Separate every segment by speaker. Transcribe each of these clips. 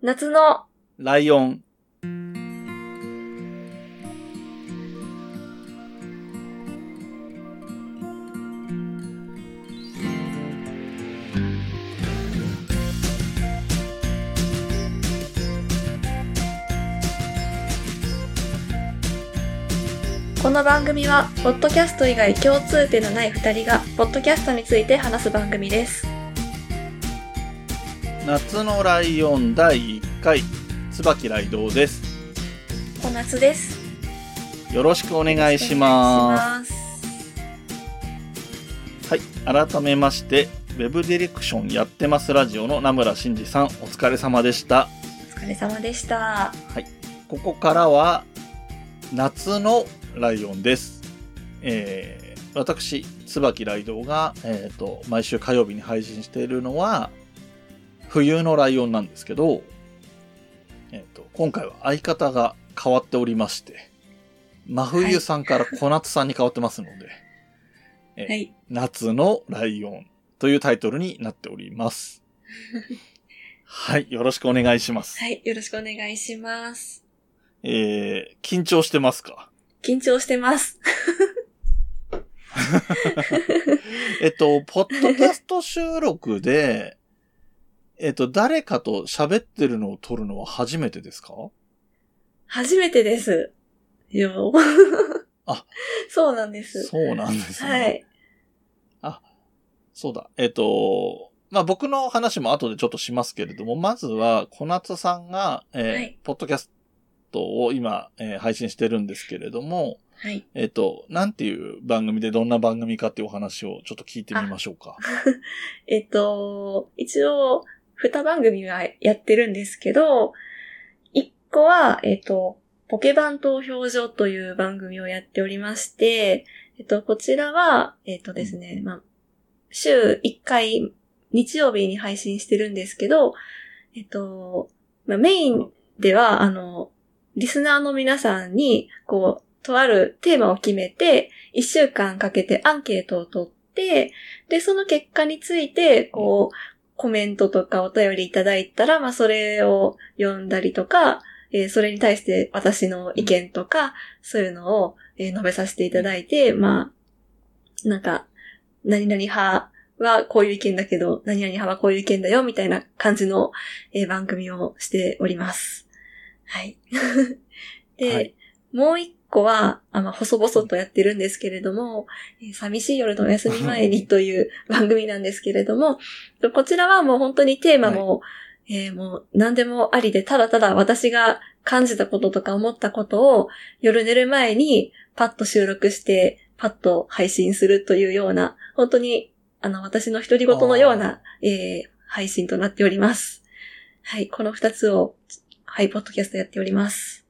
Speaker 1: 夏の、
Speaker 2: ライオン。
Speaker 1: この番組は、ポッドキャスト以外共通点のない二人が、ポッドキャストについて話す番組です。
Speaker 2: 夏のライオン第1回、椿雷道です。
Speaker 1: 小夏です。
Speaker 2: よろしくお願いし
Speaker 1: お
Speaker 2: ま
Speaker 1: 願いします。
Speaker 2: す。はい、改めまして、ウェブディレクションやってますラジオの名村真嗣さん、お疲れ様でした。
Speaker 1: お疲れ様でした。
Speaker 2: ここからは、夏のライオンです。えー、私、椿雷道が、えっ、と、毎週火曜日に配信しているのは、冬のライオンなんですけど、えっ、と、今回は相方が変わっておりまして、真冬さんから小夏さんに変わってますので、えー
Speaker 1: はい。
Speaker 2: 夏のライオンというタイトルになっております。はい、よろしくお願いします。
Speaker 1: はい。よろしくお願いします。
Speaker 2: えー、緊張してますか
Speaker 1: 緊張してます。
Speaker 2: えっと、ポッドキャスト収録で、えっと、誰かと喋ってるのを撮るのは初めてですか
Speaker 1: 初めてです。よ。
Speaker 2: あ、
Speaker 1: そうなんです。
Speaker 2: そうなんですね。
Speaker 1: はい。
Speaker 2: そうだ。えっと、まあ、僕の話も後でちょっとしますけれども、まずは、小夏さんが、えー
Speaker 1: はい
Speaker 2: ポッドキャストを今、えー配信してるんですけれども、
Speaker 1: はい。
Speaker 2: えっと、なんていう番組でどんな番組かっていうお話をちょっと聞いてみましょうか。
Speaker 1: えっと、一応、二番組はやってるんですけど、一個は、えっと、ポケバン投票所という番組をやっておりまして、えっと、こちらは、えっとですね、まあ、週1回、日曜日に配信してるんですけど、えっと、まあ、メインでは、あの、リスナーの皆さんに、こう、とあるテーマを決めて、1週間かけてアンケートを取って、で、その結果について、こう、コメントとかお便りいただいたら、まあ、それを読んだりとか、えーそれに対して私の意見とか、そういうのを、えー述べさせていただいて、まあ、なんか、何々派はこういう意見だけど、何々派はこういう意見だよ、みたいな感じの、えー番組をしております。はい。 で、
Speaker 2: はい
Speaker 1: もう一個は、あまあ、細々とやってるんですけれども、えー寂しい夜のお休み前にという番組なんですけれども、こちらはもう本当にテーマも、えーもう何でもありで、ただただ私が感じたこととか思ったことを夜寝る前にパッと収録して、パッと配信するというような、本当に、あの、私の独り言のような、えー配信となっております。はい、この二つを、はい、ポッドキャストやっております。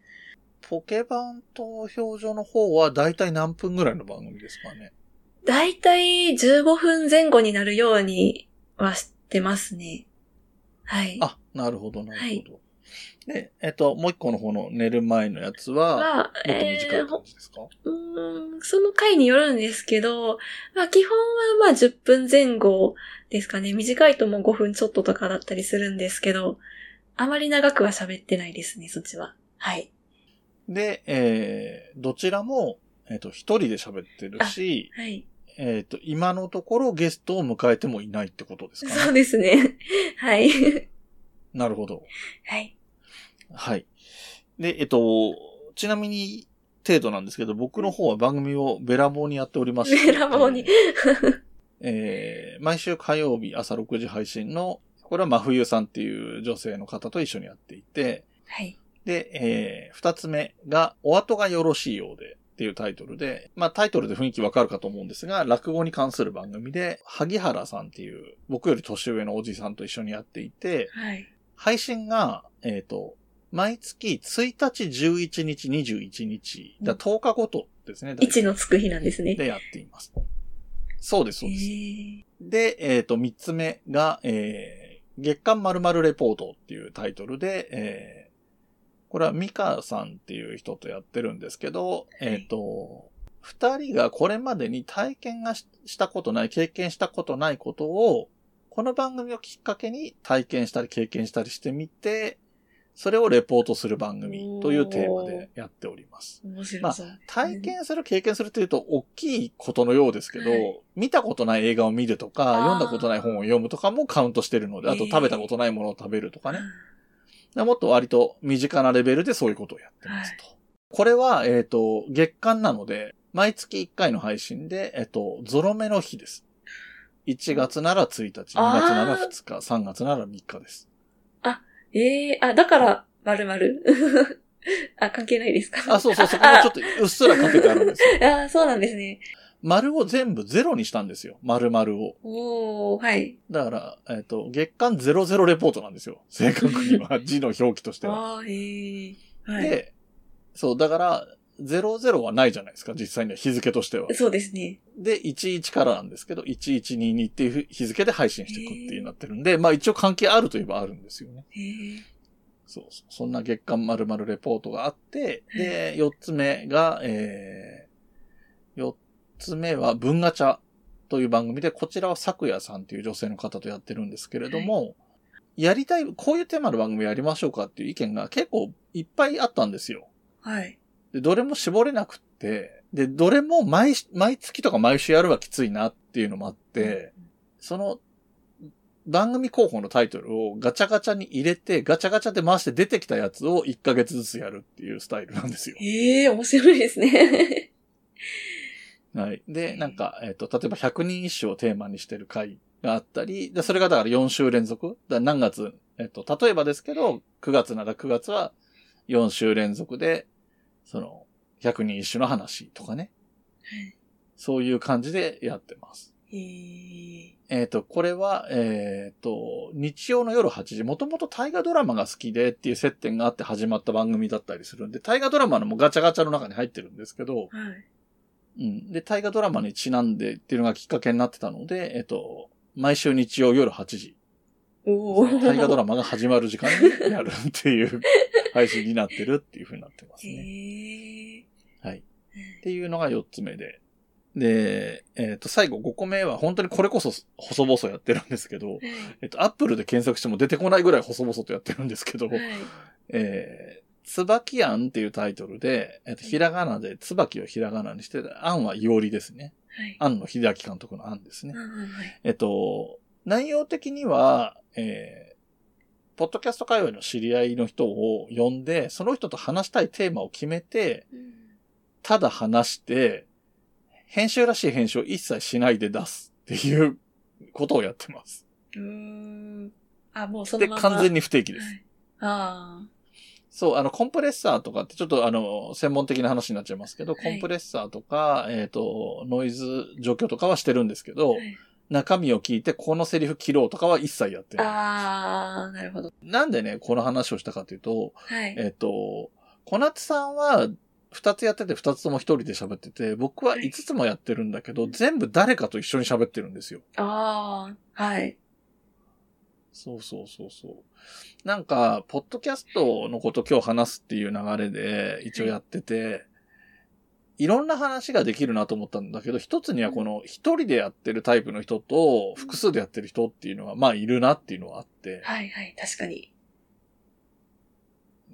Speaker 2: ポケバン投票所の方はだいたい何分ぐらいの番組ですかね
Speaker 1: だいたい15分前後になるようにはしてますね。はい。
Speaker 2: あ、なるほど、なるほど。で、えっと、もう一個の方の寝る前のやつは、
Speaker 1: は、
Speaker 2: もっと短
Speaker 1: え
Speaker 2: い
Speaker 1: ー
Speaker 2: 感じですか、
Speaker 1: うーんその回によるんですけど、まあ基本はまあ10分前後ですかね。短いともう5分ちょっととかだったりするんですけど、あまり長くは喋ってないですね、そっちは。はい。
Speaker 2: で、えー、どちらも、えっと、一人で喋ってるし、
Speaker 1: はい。
Speaker 2: えっと、今のところゲストを迎えてもいないってことですか
Speaker 1: そう
Speaker 2: ね。
Speaker 1: ですね。 はい。
Speaker 2: なるほど。
Speaker 1: はい。
Speaker 2: はい。で、えっと、ちなみに、程度なんですけど、僕の方は番組をべらぼうにやっておりまして。
Speaker 1: べらぼうに。
Speaker 2: えー毎週火曜日朝6時配信の、これは真冬さんっていう女性の方と一緒にやっていて、
Speaker 1: はい。
Speaker 2: で、えー二つ目が、お後がよろしいようでっていうタイトルで、まあタイトルで雰囲気わかるかと思うんですが、落語に関する番組で、萩原さんっていう、僕より年上のおじさんと一緒にやっていて、
Speaker 1: はい。
Speaker 2: 配信が、えっ、と、毎月1日、11日、21日、だ10日ごとですね。大体
Speaker 1: 位のつく日なんですね。
Speaker 2: でやっています。そうです、
Speaker 1: え
Speaker 2: そうです。
Speaker 1: ー、
Speaker 2: で、えっ、と、三つ目が、えー、月刊〇〇レポートっていうタイトルで、えー、これはミカさんっていう人とやってるんですけど、えっ、と、二人がこれまでに体験がししたことない、経験したことないことを、この番組をきっかけに体験したり経験したりしてみて、それをレポートする番組というテーマでやっております。
Speaker 1: 面白そう。
Speaker 2: 体験する、経験するっていうと大きいことのようですけど、
Speaker 1: はい
Speaker 2: 見たことない映画を見ると
Speaker 1: あ
Speaker 2: か、
Speaker 1: ー
Speaker 2: 読んだことない本を読むとかもカウントしてるので、あと
Speaker 1: えー
Speaker 2: 食べたことないものを食べるとかね。
Speaker 1: うん
Speaker 2: だからもっと割と身近なレベルでそういうことをやってますと。これは、えっ、と、月間なので、毎月1回の配信で、えっ、と、ゾロ目の日です。1月なら1日、2月なら2日、3月なら3日です。
Speaker 1: ええあ、だから、まるまる。 あ、関係ないですか
Speaker 2: あ、そうそう、そこもちょっとうっすらかけてあるんですよ。
Speaker 1: ああ、そうなんですね。
Speaker 2: 丸を全部ゼロにしたんですよ。丸々を。
Speaker 1: おー、はい。
Speaker 2: だから、えっ、と、月間00レポートなんですよ。 正確には、字の表記としては。
Speaker 1: ああ、へえはい。
Speaker 2: で、そう、だから、00はないじゃないですか、実際には日付としては。
Speaker 1: そうですね。
Speaker 2: で、11からなんですけど、1122っていう日付で配信していくっていうなってるんで、まあ一応関係あるといえばあるんですよね。
Speaker 1: へえ
Speaker 2: そうそう。そんな月間〇〇レポートがあって、で、4つ目が、えー、4つ目は文ガチャという番組で、こちらは咲夜さんという女性の方とやってるんですけれども、やりたい、こういうテーマの番組やりましょうかっていう意見が結構いっぱいあったんですよ。
Speaker 1: はい。
Speaker 2: で、どれも絞れなくって、で、どれも毎し、毎月とか毎週やるはきついなっていうのもあって、その、番組候補のタイトルをガチャガチャに入れて、ガチャガチャで回して出てきたやつを1ヶ月ずつやるっていうスタイルなんですよ。
Speaker 1: ええ面白いですね。
Speaker 2: はい。で、なんか、えっ、と、例えば100人一首をテーマにしてる回があったり、で、それがだから4週連続。だから何月、えっ、と、例えばですけど、9月なら9月は4週連続で、その、100人一首の話とかね。
Speaker 1: はい
Speaker 2: そういう感じでやってます。
Speaker 1: ええ
Speaker 2: えっ、と、これは、えっ、と、日曜の夜8時、もともと大河ドラマが好きでっていう接点があって始まった番組だったりするんで、大河ドラマのもうガチャガチャの中に入ってるんですけど、
Speaker 1: はい。
Speaker 2: うん。で、大河ドラマにちなんでっていうのがきっかけになってたので、えっ、と、毎週日曜夜8時、
Speaker 1: おー。
Speaker 2: 大河ド
Speaker 1: ラ
Speaker 2: ラマが始まる時間にやるっていう配信になってるっていう風になってますね。
Speaker 1: ええ
Speaker 2: はい。っていうのが4つ目で。で、えっ、と、最後5個目は本当にこれこそ細々やってるんですけど、えっと、アップルで検索しても出てこないぐらい細々とやってるんですけど、
Speaker 1: はい。はい。
Speaker 2: えー、つばきあんっていうタイトルで、えっと、ひらがなで、つばきをひらがなにして、あんはいおりですね。
Speaker 1: はい。
Speaker 2: 庵野秀明監督の庵ですね
Speaker 1: あ。はい。
Speaker 2: えっと、内容的には、えー、ポッドキャスト界隈の知り合いの人を呼んで、その人と話したいテーマを決めて、
Speaker 1: うん
Speaker 2: ただ話して、編集らしい編集を一切しないで出すっていうことをやってます。
Speaker 1: うーん。あ、もうその
Speaker 2: で、
Speaker 1: まま。
Speaker 2: 完全
Speaker 1: に
Speaker 2: に不定期です。
Speaker 1: あ
Speaker 2: そう、あの、コンプレッサーとかって、ちょっとあの、専門的な話になっちゃいますけど、
Speaker 1: はい
Speaker 2: コンプレッサーとか、えっ、と、ノイズ除去とかはしてるんですけ
Speaker 1: あ。
Speaker 2: ど、
Speaker 1: はい
Speaker 2: 中身を聞いて、このセリフ切ろうとかは一切やってない。
Speaker 1: ああ、なるほど。
Speaker 2: なんでね、この話をしたかというと、
Speaker 1: はい。
Speaker 2: えっ、と、小夏さんは2つやってて2つとも1人で喋ってて、僕は
Speaker 1: はい
Speaker 2: 5つもやってるんだけど、全部誰かと一緒に喋ってるんですよ。
Speaker 1: ああ、はい。
Speaker 2: そうそうそうそう。なんか、ポッドキャストのこと今日話すっていう流れで一応やってて、いろんな話ができるなと思ったんだけど、一つにはこの一人でやってるタイプの人と複数でやってる人っていうのは、まあいるなっていうのはあって、
Speaker 1: はいはい、確かに。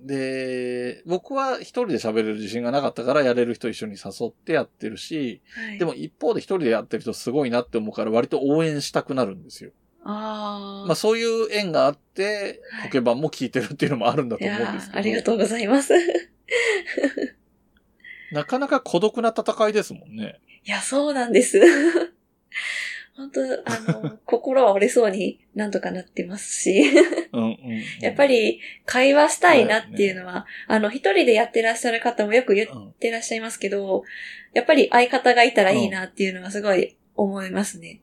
Speaker 2: で、僕は一人で喋れる自信がなかったからやれる人一緒に誘ってやってるし、
Speaker 1: はい。
Speaker 2: でも、一方で一人でやってる人すごいなって思うから割と応援したくなるんですよ。
Speaker 1: ああ。
Speaker 2: まあそういう縁があって
Speaker 1: は、い
Speaker 2: ポケバンも聞いてるっていうのもあるんだ
Speaker 1: い
Speaker 2: と思
Speaker 1: や
Speaker 2: うんです
Speaker 1: ー
Speaker 2: け
Speaker 1: ありが
Speaker 2: ど、
Speaker 1: とうご ざいます。い
Speaker 2: なかなか孤独な戦いですもんね。
Speaker 1: や、そうなんです。 本当あ の、心は折れそうになんとかなってますし、
Speaker 2: うんうん、
Speaker 1: やっぱ
Speaker 2: り、
Speaker 1: り会話したいなっていうのは、あの、一人でやってらっしゃる方もよく言っ
Speaker 2: うん
Speaker 1: てらっしゃいますけど、やっぱり相方がいたらいいなっていうのはすごい思いますね。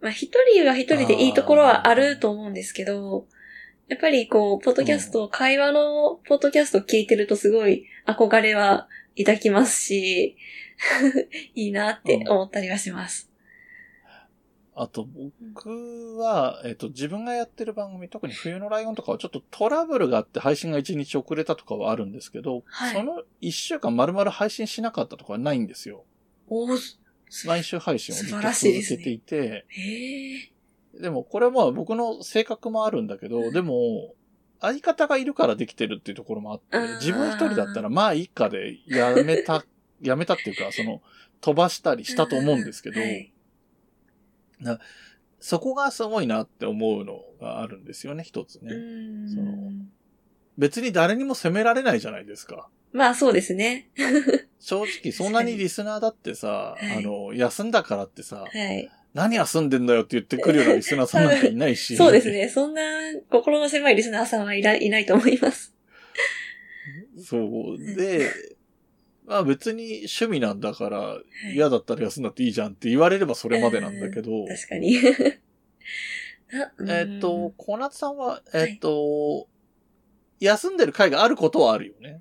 Speaker 1: まあ、一人は一人でいいところはあると思うんですけど、やっぱりこう、ポッドキャスト、会話のポッドキャストを聞いてるとすごい憧れは抱きますし、 いいなって思ったりはします。
Speaker 2: あと僕は、えっと、自分がやってる番組、特に冬のライオンとかはちょっとトラブルがあって配信が1日遅れたとかはあるんですけど、
Speaker 1: はい
Speaker 2: その1週間丸々配信しなかったとかはないんですよ。
Speaker 1: おーす
Speaker 2: 毎週配信をずっと
Speaker 1: 素晴
Speaker 2: 続
Speaker 1: らしいですね
Speaker 2: けていて、
Speaker 1: へえ。
Speaker 2: でもこれはまあ僕の性格もあるんだけど、でも、相方がいるからできてるっていうところもあって
Speaker 1: あー、
Speaker 2: 自分一人だったら、まあ、いいかで、やめ た、やめたっていうか、その、飛ばしたりしたと思うんですけど、
Speaker 1: はい。
Speaker 2: そこがすごいなって思うのがあるんですよね、一つ
Speaker 1: う
Speaker 2: ね。
Speaker 1: ん
Speaker 2: その別に誰にも責められないじゃないですか。
Speaker 1: まあそうですね。
Speaker 2: 正直、そんなにリスナーだってさ、
Speaker 1: はい
Speaker 2: あの、休んだからってさ、
Speaker 1: はい。
Speaker 2: 何休んでんだよって言ってくるようなリスナーさんなんかいない し。
Speaker 1: そうです。ね。そんな心の狭いリスナーさんはいないいないと思います。
Speaker 2: そう。で、 まあ別に趣味なんだから、
Speaker 1: い
Speaker 2: 嫌だったら休んだっていいじゃんって言われればそれまでなんだけど、
Speaker 1: 確かに。 なうん
Speaker 2: えっと、小夏さんは、えっと、休んでる回があることはあるよね。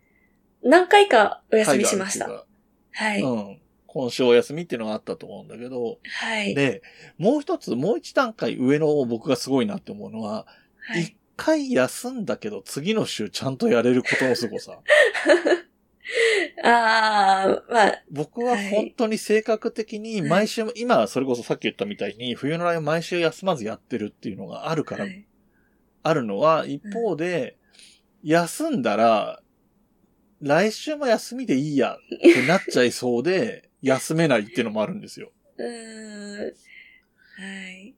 Speaker 1: 何回かお
Speaker 2: お
Speaker 1: 休みしました。はい。
Speaker 2: うん。今週お休みっていうのがあったと思うんだけど、
Speaker 1: はい。
Speaker 2: で、もう一つ、もう一段階上の僕がすごいなって思うのは、
Speaker 1: は
Speaker 2: 一回休んだけど次の週ちゃんとやれることの凄さ。
Speaker 1: い。ああ、まあ、
Speaker 2: 僕は本当に性格的に毎週、今それこそさっき言ったみたいに冬のライオン毎週休まずやってるっていうのがあるから、
Speaker 1: はい
Speaker 2: あるのは一方で、休んだら来週も休みでいいやってなっちゃいそうで 休めないっていうのもあるんですよ。
Speaker 1: うーん。はい。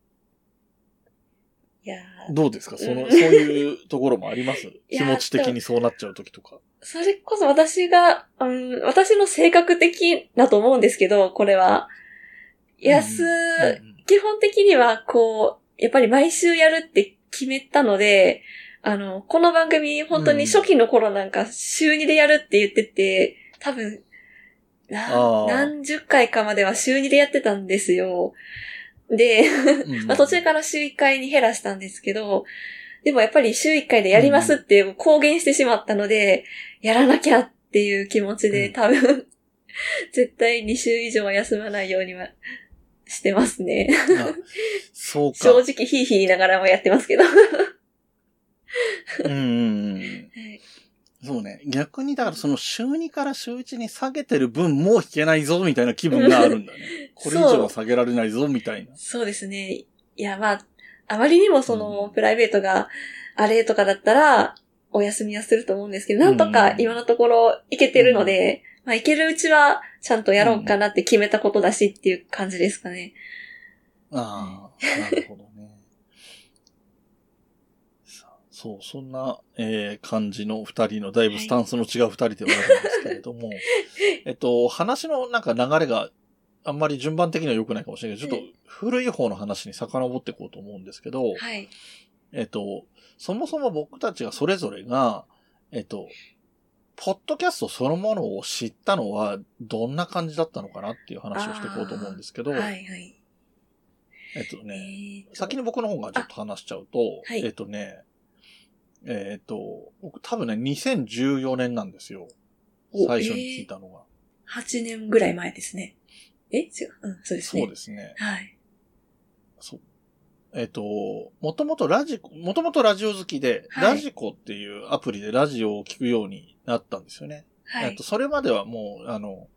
Speaker 1: いやー
Speaker 2: どうですかその、
Speaker 1: うん
Speaker 2: そういうところもあります
Speaker 1: や
Speaker 2: 気持ち的にそうなっちゃう時とか。
Speaker 1: それこそ私が、うん、私の性格的だと思うんですけど、これは。安、
Speaker 2: うん
Speaker 1: 基本的には、こう、やっぱり毎週やるって決めたので、あの、この番組、本当に初期の頃なんか、週2でやるって言ってて、多分、
Speaker 2: あ
Speaker 1: な
Speaker 2: ー
Speaker 1: 何十回かまでは週2でやってたんですよ。で、
Speaker 2: うんうん
Speaker 1: まあ、途中から週1回に減らしたんですけど、でもやっぱり週1回でやりますって公言してしまったので、やらなきゃっていう気持ちで
Speaker 2: うん
Speaker 1: 多分、絶対2週以上は休まないようにはしてますね。
Speaker 2: あそう か。
Speaker 1: 正直ヒーヒー言いながらもやってますけど。
Speaker 2: うんうんうんそうね。逆に、だからその週2から週1に下げてる分もう引けないぞ、みたいな気分があるんだね。 これ以上は下げられないぞ、みたいな。
Speaker 1: そうですね。いや、まあ、あまりにもその、
Speaker 2: うん
Speaker 1: プライベートがあれとかだったら、お休みはすると思うんですけど、なんとか
Speaker 2: うん
Speaker 1: 今のところいけてるので、まあいけるうちはちゃんとやろうかなって決めたことだしっていう感じですかね。
Speaker 2: あ あ、なるほどね。さあそう、そんな、えー感じの二人の、だいぶスタンスの違う二人ではあるんですけれど も、えっと、話のなんか流れがあんまり順番的には良くないかもしれないけど、ちょっと古い方の話に遡っていこうと思うんですけど、
Speaker 1: はい。
Speaker 2: えっと、そもそも僕たちがそれぞれが、えっと、ポッドキャストそのものを知ったのはどんな感じだったのかなっていう話をしていこうと思うんですけど、
Speaker 1: はい、はい。
Speaker 2: えっとね、
Speaker 1: えーと
Speaker 2: 先に僕の方がちょっと話しちゃうと、
Speaker 1: はい
Speaker 2: えっとね、えっと、僕多分ね、2014年なんですよ。
Speaker 1: お
Speaker 2: 最初に聞いたのが。
Speaker 1: 8年ぐらい前ですね。え違う。うん、そうですね。
Speaker 2: そうですね。
Speaker 1: はい。
Speaker 2: そう。えっ、と、もともとラジコ、もともとラジオ好きで、
Speaker 1: はい
Speaker 2: ラジコっていうアプリでラジオを聞くようになったんですよね。
Speaker 1: は
Speaker 2: えっ
Speaker 1: い
Speaker 2: と、。それまではもう、あの、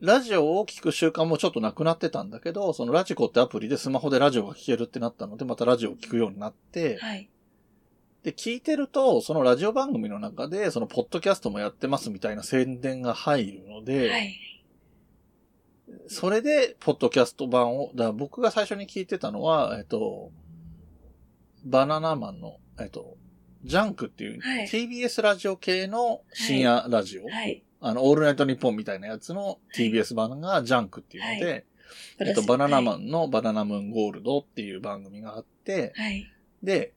Speaker 2: ラジオを聞く習慣もちょっとなくなってたんだけど、そのラジコってアプリでスマホでラジオが聞けるってなったので、またラジオを聞くようになって、
Speaker 1: はい。
Speaker 2: で、聞いてると、そのラジオ番組の中で、そのポッドキャストもやってますみたいな宣伝が入るので、
Speaker 1: はい。
Speaker 2: それで、ポッドキャスト版を、だから僕が最初に聞いてたのは、えっと、バナナマンの、えっと、ジャンクっていう、
Speaker 1: はい
Speaker 2: TBS ラジオ系の深夜ラジオ。
Speaker 1: はい。
Speaker 2: あの、オールナイトニッポンみたいなやつの TBS 版がジャンクっていうので、
Speaker 1: は
Speaker 2: えっと、バナナマ
Speaker 1: ン。
Speaker 2: ンのバナナムーンゴールドっていう番組があって、
Speaker 1: はい。
Speaker 2: で、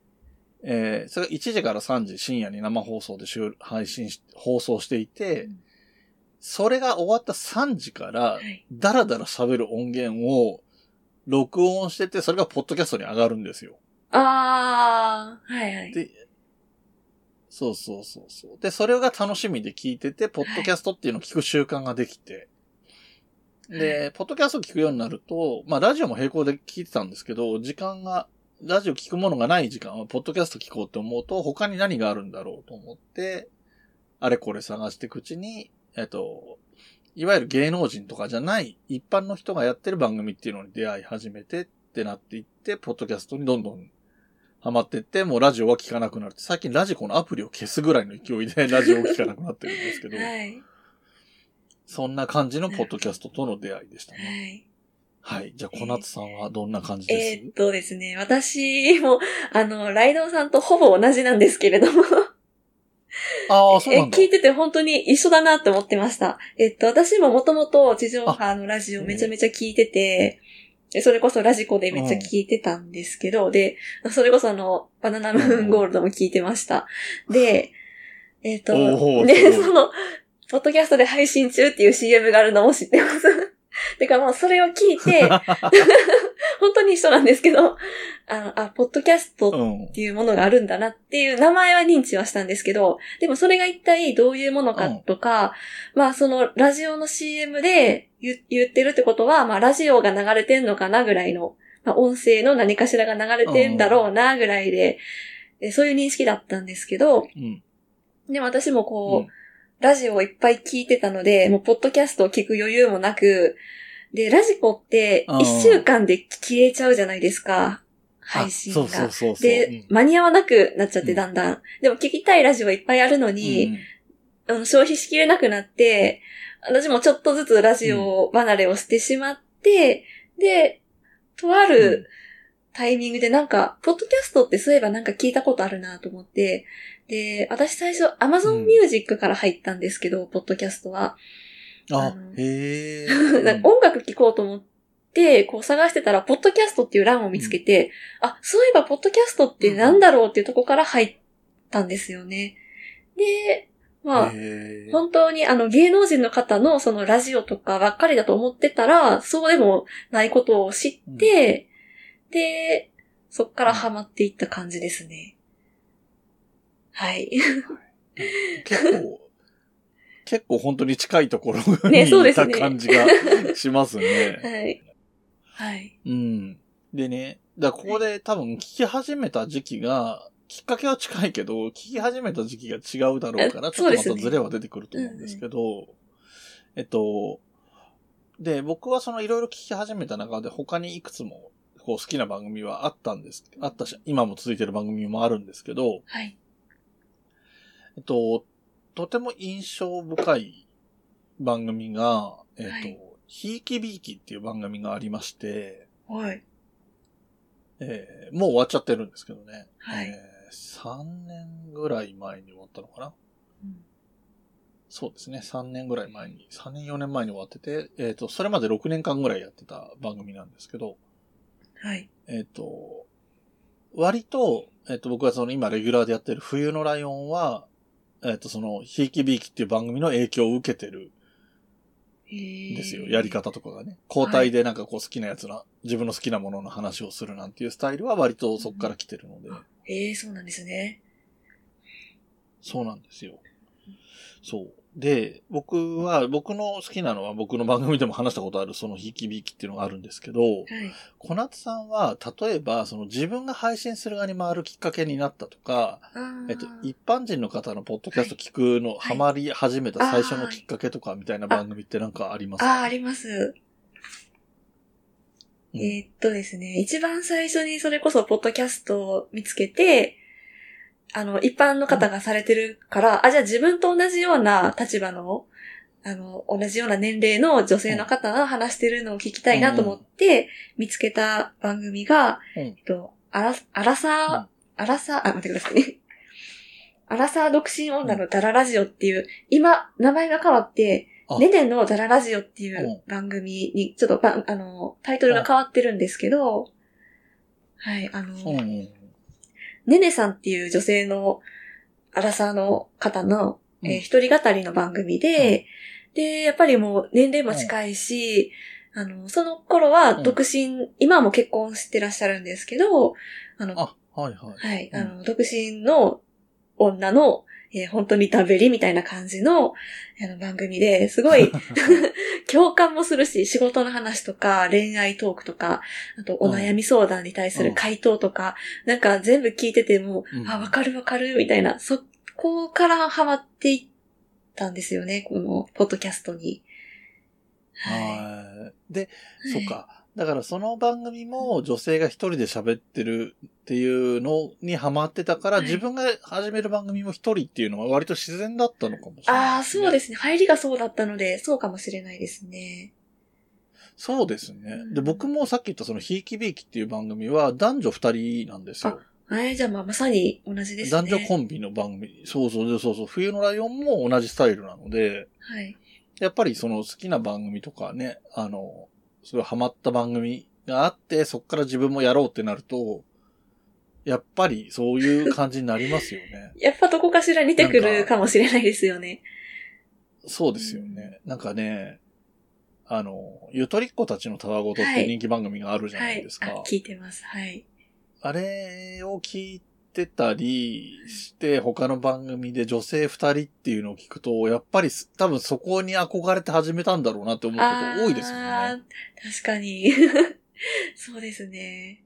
Speaker 2: えーそれが1時から3時深夜に生放送で収配信し、放送していて、
Speaker 1: うん
Speaker 2: それが終わった3時から
Speaker 1: は、い。
Speaker 2: ダラダラ喋る音源を録音してて、それがポッドキャストに上がるんですよ。
Speaker 1: あー、はいはい。
Speaker 2: で、そうそうそうそう。で、それが楽しみで聞いてて、ポッドキャストっていうのを聞く習慣ができて、で、ポッドキャストを聞くようになると、まあ、ラジオも並行で聞いてたんですけど、時間が、ラジオ聞くものがない時間は、ポッドキャスト聞こうって思うと、他に何があるんだろうと思って、あれこれ探していくうちに、えっと、いわゆる芸能人とかじゃない、一般の人がやってる番組っていうのに出会い始めてってなっていって、ポッドキャストにどんどんハマってって、もうラジオは聞かなくなるって。最近ラジコのアプリを消すぐらいの勢い でラジオを聞かなくなってるんですけど、
Speaker 1: はい。
Speaker 2: そんな感じのポッドキャストとの出会いでした
Speaker 1: は
Speaker 2: ね。
Speaker 1: い。
Speaker 2: はい。じゃあ、小夏さんはどんな感じです、
Speaker 1: えーっとですね、私も、あの、ライドウさんとほぼ同じなんですけれども、
Speaker 2: ああ、そう
Speaker 1: え
Speaker 2: なんだ
Speaker 1: 聞。いてて本当に一緒だなって思ってました。えっと、私ももともと地上波のラジオめちゃめちゃ聞いてて、でそれこそラジコでめっちゃ聞いてたんですけど、で、それこそあの、バナナムーンゴールドも聞いてました。で、えっと
Speaker 2: お、ー
Speaker 1: です
Speaker 2: ごい
Speaker 1: その、ポッドキャストで配信中っていう CM があるのも知ってます。 てかもうそれを聞い て、本当に一緒なんですけど、あの、あ、ポッドキャストっ
Speaker 2: うん
Speaker 1: っ。ていうものがあるんだなっていう名前は認知はしたんですけど、でもそれが一体どういうものかとか、まあそのラジオの CM で言言ってるってことは、まあラジオが流れてんのかなぐらいの、まあ音声の何かしらが流れてんだろうなぐらいで、でそういう認識だったんですけど、
Speaker 2: うん。
Speaker 1: でも私もこう、
Speaker 2: うん
Speaker 1: ラジオをいっぱい聞いてたので、もうポッドキャストを聞く余裕もなく、で、ラジコって
Speaker 2: うん
Speaker 1: 一週間で消えちゃうじゃないですか、
Speaker 2: あ
Speaker 1: 配信が。
Speaker 2: そうそうそうそう。
Speaker 1: で、間に合わなくなっちゃって、だんだん。でも聞きたいラジオいっぱいあるの
Speaker 2: うん
Speaker 1: に、あの消費しきれなくなって、私もちょっとずつラジオ離れをしてしまって、で、とあ
Speaker 2: うん
Speaker 1: るタイミングでなんか、ポッドキャストってそういえばなんか聞いたことあるなと思って、で、私最初 Amazon Music から入ったんですけど、ポッドキャストは。あ
Speaker 2: あ
Speaker 1: の、
Speaker 2: へえ。
Speaker 1: なんか音楽聴こうと思って、こう探してたら、ポッドキャストっていう欄を見つけて、あ、そういえばポッドキャストってなんだろうっていうとこから入ったんですよね。で、まあ、
Speaker 2: へー
Speaker 1: 本当にあの芸能人の方のそのラジオとかばっかりだと思ってたら、そうでもないことを知って、で、そっからハマっていった感じですね。はい。
Speaker 2: 結構、結構本当に近いところに、
Speaker 1: ねそうで
Speaker 2: い
Speaker 1: す
Speaker 2: た
Speaker 1: ね
Speaker 2: 感じがします ね。
Speaker 1: はい。はい。
Speaker 2: うん。でね、だからここで多分聞き始めた時期が、きっかけは近いけど、聞き始めた時期が違うだろうから、
Speaker 1: あ
Speaker 2: ちょ
Speaker 1: そ
Speaker 2: っとま
Speaker 1: うです
Speaker 2: た
Speaker 1: ね
Speaker 2: ズレは出てくると思うんですけど、えっと、で、僕はそのいろいろ聞き始めた中で他にいくつもこう好きな番組はあったんです、あったし、今も続いてる番組もあるんですけど、
Speaker 1: はい。
Speaker 2: えっと、とても印象深い番組が、えっと、
Speaker 1: はい
Speaker 2: ひいきびいきっていう番組がありまして、
Speaker 1: はい。
Speaker 2: えーもう終わっちゃってるんですけどね。
Speaker 1: はい
Speaker 2: えー3年ぐらい前に終わったのかなそうですね。3年ぐらい前に、3年4年前に終わってて、えっ、と、それまで6年間ぐらいやってた番組なんですけど、
Speaker 1: はい。
Speaker 2: えっ、と、割と、えっ、と、僕がその今レギュラーでやってる冬のライオンは、えっ、と、その、ひいきびいきっていう番組の影響を受けてるですよ。やり方とかがね。交代でなんかこう好きなやつな、自分の好きなものの話をするなんていうスタイルは割とそこから来てるので。
Speaker 1: ええそうなんですね。
Speaker 2: そうなんですよ。そう。で、僕は、僕の好きなのは僕の番組でも話したことあるそのひいきびいきっていうのがあるんですけど、
Speaker 1: はい。
Speaker 2: 小夏さんは、例えば、その自分が配信する側に回るきっかけになったとか、えっと、一般人の方のポッドキャスト聞くの、ハマり始めた最初のきっかけとかみたいな番組ってなんかあります
Speaker 1: ああ、
Speaker 2: か
Speaker 1: あります。
Speaker 2: うん
Speaker 1: えーっとですね、一番最初にそれこそポッドキャストを見つけて、あの、一般の方がされてるから、あ、じゃあ自分と同じような立場の、あの、同じような年齢の女性の方が話してるのを聞きたいなと思って、見つけた番組が、
Speaker 2: うん
Speaker 1: えっと、アラ、アラ
Speaker 2: う
Speaker 1: サ
Speaker 2: ん
Speaker 1: ー、アラサー、あ、待ってくださいね。アラサー独身女のダララジオっていう、今、名前が変わって
Speaker 2: あ、
Speaker 1: ねねのダララジオってい
Speaker 2: うん
Speaker 1: う番組に、ちょっとば、あの、タイトルが変わってるんですけど、はい、あ
Speaker 2: うん
Speaker 1: の、
Speaker 2: うん。
Speaker 1: ねねさんっていう女性の、アラサーの方の、えー
Speaker 2: うん
Speaker 1: 一人語りの番組で、で、やっぱりもう年齢も近いし、あの、その頃は独身、今はもう結婚してらっしゃるんですけど、あの、
Speaker 2: あ、はいはい。
Speaker 1: はい。
Speaker 2: うん
Speaker 1: あの、独身の女の、えー本当にダベリみたいな感じのあの番組で、す ごい共感もするし、仕事の話とか、恋愛トークとか、あとお悩み相談に対する回答とか、なんか全部聞いてても、
Speaker 2: うん
Speaker 1: あ、わかるわかる、みたいな、そこからハマっていったんですよね、このポッドキャストに。はい
Speaker 2: はい。で、そっか。だからその番組も女性が一人で喋ってるっていうのにハマってたから、
Speaker 1: はい
Speaker 2: 自分が始める番組も一人っていうのは割と自然だったのかもしれない、。
Speaker 1: ああ、そうですすね。入りがそうだったので、そうかもしれないですね。
Speaker 2: そうですね
Speaker 1: う。ん
Speaker 2: で、僕もさっき言ったそのひいきびいきっていう番組は男女二人なんですよ。
Speaker 1: えーじゃあまあまさに同じですね。
Speaker 2: 男女コンビの番組。そうそうそうそうそう。冬のライオンも同じスタイルなので、
Speaker 1: はい。
Speaker 2: やっぱりその好きな番組とかね、あの、すごいハマった番組があって、そっから自分もやろうってなると、やっぱりそういう感じになりますよ
Speaker 1: 。
Speaker 2: ね
Speaker 1: やっぱどこかしら似てく
Speaker 2: なん
Speaker 1: る
Speaker 2: か
Speaker 1: かもしれないですよね。
Speaker 2: そうですよね。なんかね、あの、ゆとりっ子たちのたわごとって人気番組があるじゃ
Speaker 1: は
Speaker 2: ない
Speaker 1: い
Speaker 2: です。か。
Speaker 1: あ、聞いてます。はい。
Speaker 2: あれを聞いてたりして、他の番組で女性二人っていうのを聞くと、やっぱりす多分そこに憧れて始めたんだろうなって思うこと多いですよ
Speaker 1: あ
Speaker 2: ね。
Speaker 1: ー確かに。 そうですね。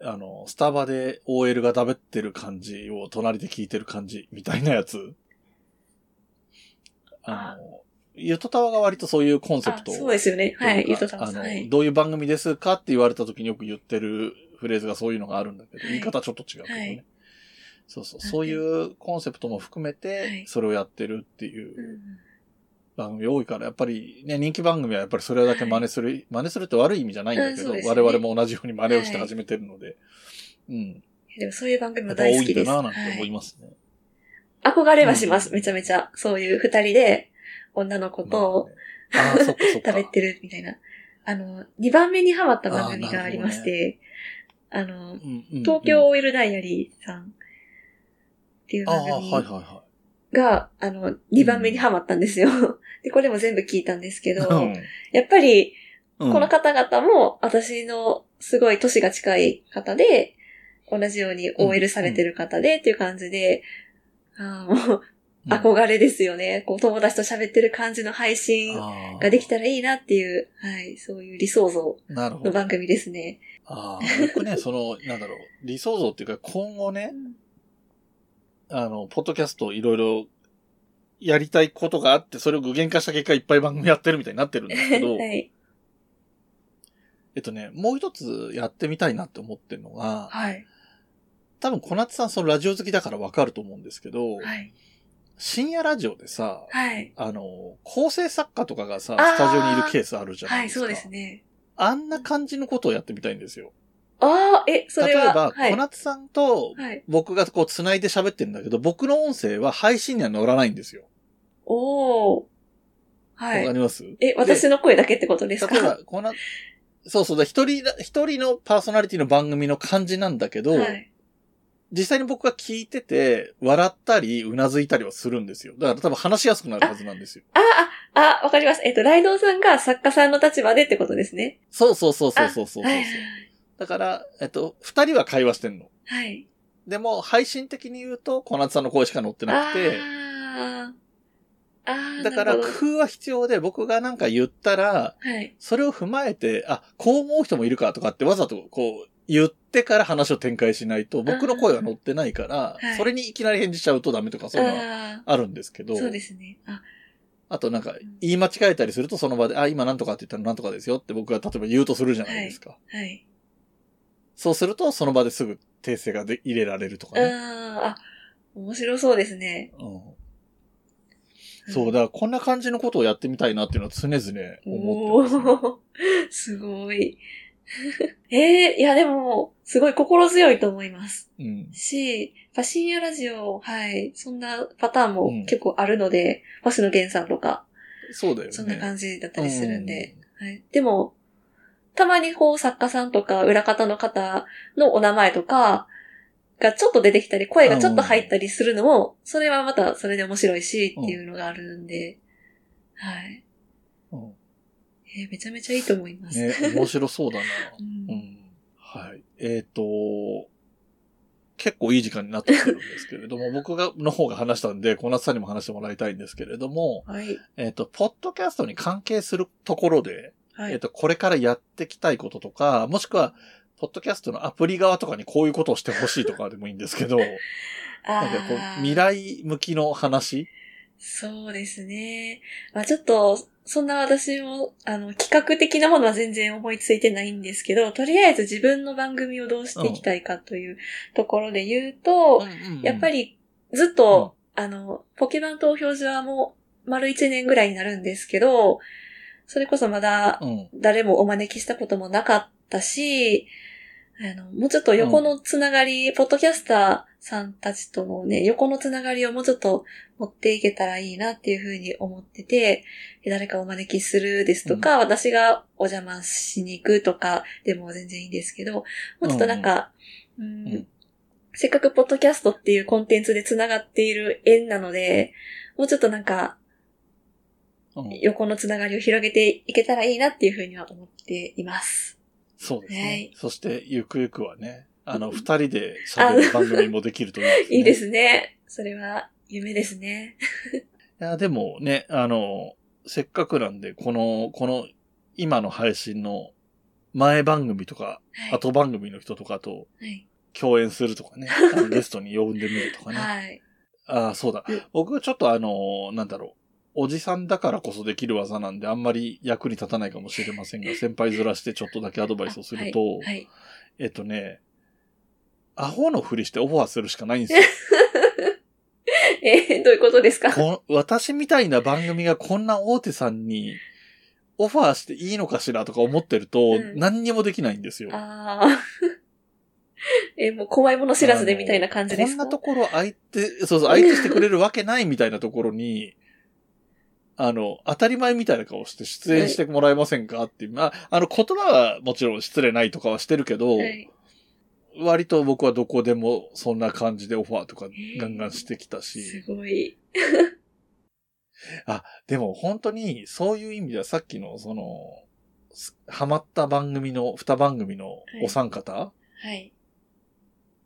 Speaker 2: あの、スタバで OL が食べってる感じを隣で聞いてる感じみたいなやつ。あの、ゆとたわが割とそういうコンセ
Speaker 1: あ
Speaker 2: プ、トを
Speaker 1: そうですよね。はい。
Speaker 2: と
Speaker 1: ゆ
Speaker 2: う
Speaker 1: と
Speaker 2: か
Speaker 1: た
Speaker 2: あ
Speaker 1: んさ
Speaker 2: の、
Speaker 1: ん。はい。
Speaker 2: どういう番組ですかって言われた時によく言ってるフレーズがそういうのがあるんだけど、
Speaker 1: はい
Speaker 2: 言い方ちょっと違うけどね。
Speaker 1: はい
Speaker 2: そうそう、
Speaker 1: はい
Speaker 2: そういうコンセプトも含め
Speaker 1: は
Speaker 2: て
Speaker 1: い、
Speaker 2: それをやってるって
Speaker 1: う
Speaker 2: いうん番組多いから、やっぱりね、人気番組はやっぱりそれだけ真似する、真似するって悪い意味じゃないん
Speaker 1: う
Speaker 2: だけ
Speaker 1: ん
Speaker 2: ど、
Speaker 1: そうですね
Speaker 2: 我々も同じように真似をして始めてるので、うん。
Speaker 1: でもそういう番組も
Speaker 2: やっぱ多
Speaker 1: 大好
Speaker 2: い
Speaker 1: き
Speaker 2: んだ
Speaker 1: です。
Speaker 2: なぁなんて
Speaker 1: は
Speaker 2: 思い
Speaker 1: い
Speaker 2: ますね。
Speaker 1: 憧れはします。
Speaker 2: うん
Speaker 1: めちゃめちゃ。そういう二人で女の子と
Speaker 2: まあねあー、そっかそっか。
Speaker 1: 食べてるみたいな。あの、二番目にハマった番組がありまして、あの、
Speaker 2: うんうんうん
Speaker 1: 東京オイルダイアリーさんっていう
Speaker 2: ああ、
Speaker 1: 番
Speaker 2: はい
Speaker 1: 組
Speaker 2: はいは
Speaker 1: が、あの、2番目にハマったんですよ。で、これも全部聞いたんですけど、
Speaker 2: い。
Speaker 1: やっぱり、
Speaker 2: うん
Speaker 1: この方々も私のすごい年が近い方で、同じように OL されてる方でっていう感じで、あーもう
Speaker 2: うん
Speaker 1: 憧れですよね。こう友達と喋ってる感じの配信
Speaker 2: あー
Speaker 1: ができたらいいなっていう、はい、そういう理想像
Speaker 2: なる
Speaker 1: の
Speaker 2: ほど。
Speaker 1: 番組ですね。
Speaker 2: ああ、僕ね、その、なんだろう、理想像っていうか、今後ね、あの、ポッドキャストいろいろやりたいことがあって、それを具現化した結果、いっぱい番組やってるみたいになってるんですけ ど、
Speaker 1: はい。
Speaker 2: えっとね、もう一つやってみたいなって思ってるのが、
Speaker 1: はい。
Speaker 2: 多分小夏さんそのラジオ好きだからわかると思うんですけど、
Speaker 1: はい。
Speaker 2: 深夜ラジオでさ、
Speaker 1: はい。
Speaker 2: あの、構成作家とかがさ、
Speaker 1: あー
Speaker 2: スタジオにいるケースあるじゃな
Speaker 1: はいい、
Speaker 2: ですか。
Speaker 1: そうですね。
Speaker 2: あんな感じのことをやってみたいんですよ。
Speaker 1: ああ、え、それ
Speaker 2: 例え
Speaker 1: は。
Speaker 2: ば、
Speaker 1: はい
Speaker 2: 小。夏さんと
Speaker 1: はい。
Speaker 2: 僕がこう繋いで喋ってるんだけど、僕の音声は配信には乗らないんですよ。
Speaker 1: おお。
Speaker 2: わ、
Speaker 1: はい
Speaker 2: か。ります
Speaker 1: え、私の声だけってことですか
Speaker 2: 例えば、この、そうそうだ、一人だ、一人のパーソナリティの番組の感じなんだけど、
Speaker 1: はい。
Speaker 2: 実際に僕が聞いてて、笑ったり、うなずいたりはするんですよ。だから多分話しやすくなるはずなんですよ。
Speaker 1: ああ、あ、あ、わかります。えっと、ライドウさんが作家さんの立場でってことですね。
Speaker 2: そうそうそうそうそうそうそう、
Speaker 1: はい。
Speaker 2: だから、えっと、二人は会話してんの。
Speaker 1: はい。
Speaker 2: でも、配信的に言うと、小夏さんの声しか乗ってなくて、
Speaker 1: ああ。ああ。
Speaker 2: だから
Speaker 1: な
Speaker 2: 工
Speaker 1: るほ
Speaker 2: 夫は必要で、僕がなんか言ったら、
Speaker 1: どはい。
Speaker 2: それを踏まえて、あ、こう思う人もいるかとかってわざとこう言ってから話を展開しないと、僕の声は乗ってないから、
Speaker 1: はい
Speaker 2: それにいきなり返事しちゃうとダメとかそういうの
Speaker 1: あ
Speaker 2: はあるんですけ
Speaker 1: あ。
Speaker 2: ど、
Speaker 1: そうですね。あ、
Speaker 2: あとなんか言い間違えたりするとその場で、あ、今なんとかって言ったらなんとかですよって僕が例えば言うとするじゃないですか。
Speaker 1: はい。
Speaker 2: そうするとその場ですぐ訂正がで入れられるとか
Speaker 1: あ
Speaker 2: ね。
Speaker 1: あ、あ、面白そうですね。
Speaker 2: うんそう、だからこんな感じのことをやってみたいなっていうのは常々思
Speaker 1: お
Speaker 2: ってます、ね。
Speaker 1: ーすごい。 ええいやでも、すごい心強いと思います。
Speaker 2: うん。
Speaker 1: し、まあ深夜ラジオ、はい、そんなパターンも結構あるので、星野源さんとか、
Speaker 2: そうだよね。
Speaker 1: そんな感じだったりするんで、
Speaker 2: う
Speaker 1: はい。でも、たまにこう作家さんとか裏方の方のお名前とかがちょっと出てきたり、声がちょっと入ったりするのも、それはまたそれで面白いしっていうのがあるんで、はい。
Speaker 2: んうん
Speaker 1: えーめちゃめちゃいいと思います。
Speaker 2: ね、面白そうだな。
Speaker 1: う
Speaker 2: うんん。はい。えっ、と、結構いい時間になってきてるんですけれども、僕が、の方が話したんで、小夏さんにも話してもらいたいんですけれども、
Speaker 1: はい。
Speaker 2: えっ、と、ポッドキャストに関係するところで、
Speaker 1: はい。
Speaker 2: えっ、と、これからやってきたいこととか、もしくは、ポッドキャストのアプリ側とかにこういうことをしてほしいとかでもいいんですけど、
Speaker 1: あ
Speaker 2: なん
Speaker 1: ー
Speaker 2: かこう、未来向きの話
Speaker 1: そうですね。まあちょっと、そんな私も、あの、企画的なものは全然思いついてないんですけど、とりあえず自分の番組をどうしていきたいかというところで言うと、やっぱ
Speaker 2: り、
Speaker 1: りずっと、あの、ポケバン投票所はもう丸1年ぐらいになるんですけど、それこそまだ
Speaker 2: うん
Speaker 1: 誰もお招きしたこともなかったし、あの、もうちょっと横のつながり、ポッドキャスターさんたちとのね、横のつながりをもうちょっと持っていけたらいいなっていうふうに思ってて、誰かお招きするですとか、私がお邪魔しに行くとかでも全然いいんですけど、もうちょっとなんか、うん
Speaker 2: うん
Speaker 1: せっかくポッドキャストっていうコンテンツでつながっている縁なので、もうちょっとなんか、
Speaker 2: うん
Speaker 1: 横のつながりを広げていけたらいいなっていうふうには思っています。
Speaker 2: そうですね。
Speaker 1: はい
Speaker 2: そして、ゆくゆくはね、あの、二人で
Speaker 1: あ
Speaker 2: 喋る番組もできるといいです、ね。
Speaker 1: いいで。すね。それは夢ですね。
Speaker 2: いや、でもね、あの、せっかくなんで、この、この、今の配信の前番組とか、
Speaker 1: はい。
Speaker 2: 後番組の人とかと
Speaker 1: はい。
Speaker 2: 共演するとか ね、あのゲストに呼んでみるとかね。
Speaker 1: はい。
Speaker 2: ああ、そうだ
Speaker 1: うん。
Speaker 2: 僕はちょっとあの、なんだろう。おじさんだからこそできる技なんで、あんまり役に立たないかもしれません が、先輩ずらしてちょっとだけアドバイスをすると、
Speaker 1: はい。
Speaker 2: えっとね、アホのふりしてオファーするしかないん ですよ。
Speaker 1: えーどういうことですか
Speaker 2: こん私みたいな番組がこんな大手さんにオファーしていいのかしらとか思ってると、
Speaker 1: うん
Speaker 2: 何にもできないんですよ。
Speaker 1: ああ。 えーもう怖いもの知らずでみたいな感じです
Speaker 2: こ
Speaker 1: か
Speaker 2: んなところ相手、そうそう、相手してくれるわけないみたいなところに、 あの、当たり前みたいな顔して出演してもらえませんかっていう。まあ、あの、言葉はもちろん失礼ないとかはしてるけど、
Speaker 1: はい。
Speaker 2: 割と僕はどこでもそんな感じでオファーとかガンガンしてきた
Speaker 1: す
Speaker 2: し、
Speaker 1: ごい。
Speaker 2: でも本当にそういう意味ではさっきのその、すハマった番組の、二番組のお三方
Speaker 1: はい。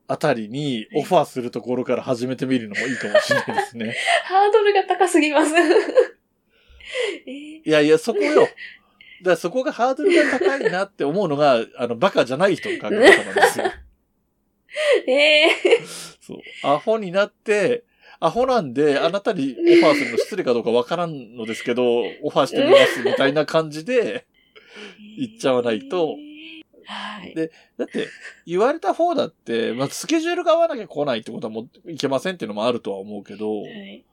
Speaker 2: あたりにオファーするところから始めてみるのもいいかもしれないですね。
Speaker 1: ハードルが高すぎます。 え
Speaker 2: いやいや、そこよ。 だからそこがハードルが高いなって思うのが、あの、バカじゃない人の考え方なんですよ。
Speaker 1: ー、え
Speaker 2: そう。アホになって、アホなんで、あなたにオファーするの失礼かどうかわからんのですけど、オファーしてみますみたいな感じで、
Speaker 1: ー
Speaker 2: 言っちゃわないと。
Speaker 1: はい。
Speaker 2: だって、言われた方だって、まあ、スケジュールが合わなきゃ来ないってことはもういけませんっていうのもあるとは思うけど、
Speaker 1: はい。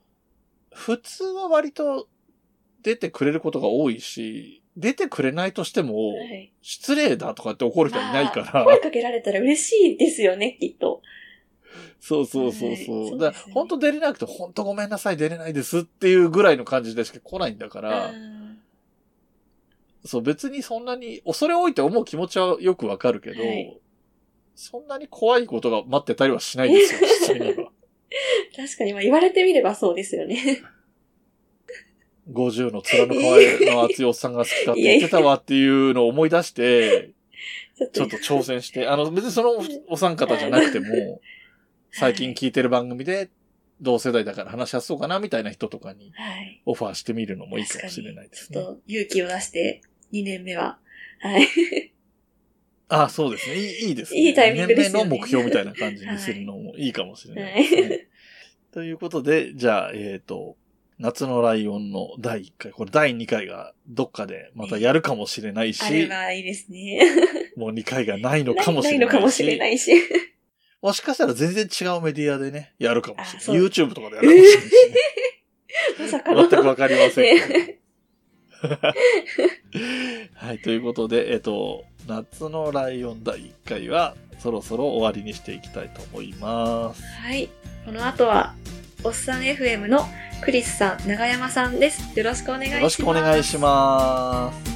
Speaker 2: 普通は割と出てくれることが多いし、出てくれないとしても、
Speaker 1: はい
Speaker 2: 失礼だとかって怒る人はいないから。
Speaker 1: まあ声かけられたら嬉しいですよね、きっと。
Speaker 2: そうそうそうそう。
Speaker 1: はいそうですね
Speaker 2: だから、本当出れなくて、本当ごめんなさい、出れないですっていうぐらいの感じでしか来ないんだから、
Speaker 1: うん
Speaker 2: そう、別にそんなに、恐れ多いって思う気持ちはよくわかるけど、
Speaker 1: はい
Speaker 2: そんなに怖いことが待ってたりはしないですよ、実際には。
Speaker 1: 確かに、まあ言われてみればそうですよね。
Speaker 2: 50の面の皮の厚いおっさんが好きだって言ってたわっていうのを思い出して、
Speaker 1: ちょっ
Speaker 2: ちょっと挑戦して、あの、別にそのお三方じゃなくても、最近聞いてる番組で、同世代だから話し合そうかなみたいな人とかに
Speaker 1: はい。
Speaker 2: オファーしてみるのもいいかもしれないです
Speaker 1: 確かに
Speaker 2: ね
Speaker 1: ち。ょっと勇気を出して、2年目は。はい。
Speaker 2: あそうですね。いいいいですね。
Speaker 1: いいタイミングですよね
Speaker 2: 年目の目標みたいな感じにするのもいいかもしれない
Speaker 1: は
Speaker 2: ですね。
Speaker 1: い。
Speaker 2: ということで、じゃあ、えっ、と、夏のライオンの第1回、これ第2回がどっかでまたやるかもしれない
Speaker 1: あれ
Speaker 2: し、
Speaker 1: ばいいですね。
Speaker 2: もう2回がないの
Speaker 1: な
Speaker 2: かもし
Speaker 1: ない
Speaker 2: れ
Speaker 1: の
Speaker 2: ないし、
Speaker 1: かもしれないし。
Speaker 2: もしかしたら全然違うメディアでね、やるかもし
Speaker 1: あ
Speaker 2: れ
Speaker 1: そう
Speaker 2: ない。YouTube とかでやるかもしれないしね、
Speaker 1: まさかの。
Speaker 2: 全くわかりませんけど。
Speaker 1: ね
Speaker 2: はい、ということで、えっと、夏のライオン第1回は、そろそろ終わりにしていきたいと思います。
Speaker 1: はい。この後は、おっさん FM のクリスさん、長山さんです。よろしくお願いします。
Speaker 2: よろしくお願いします。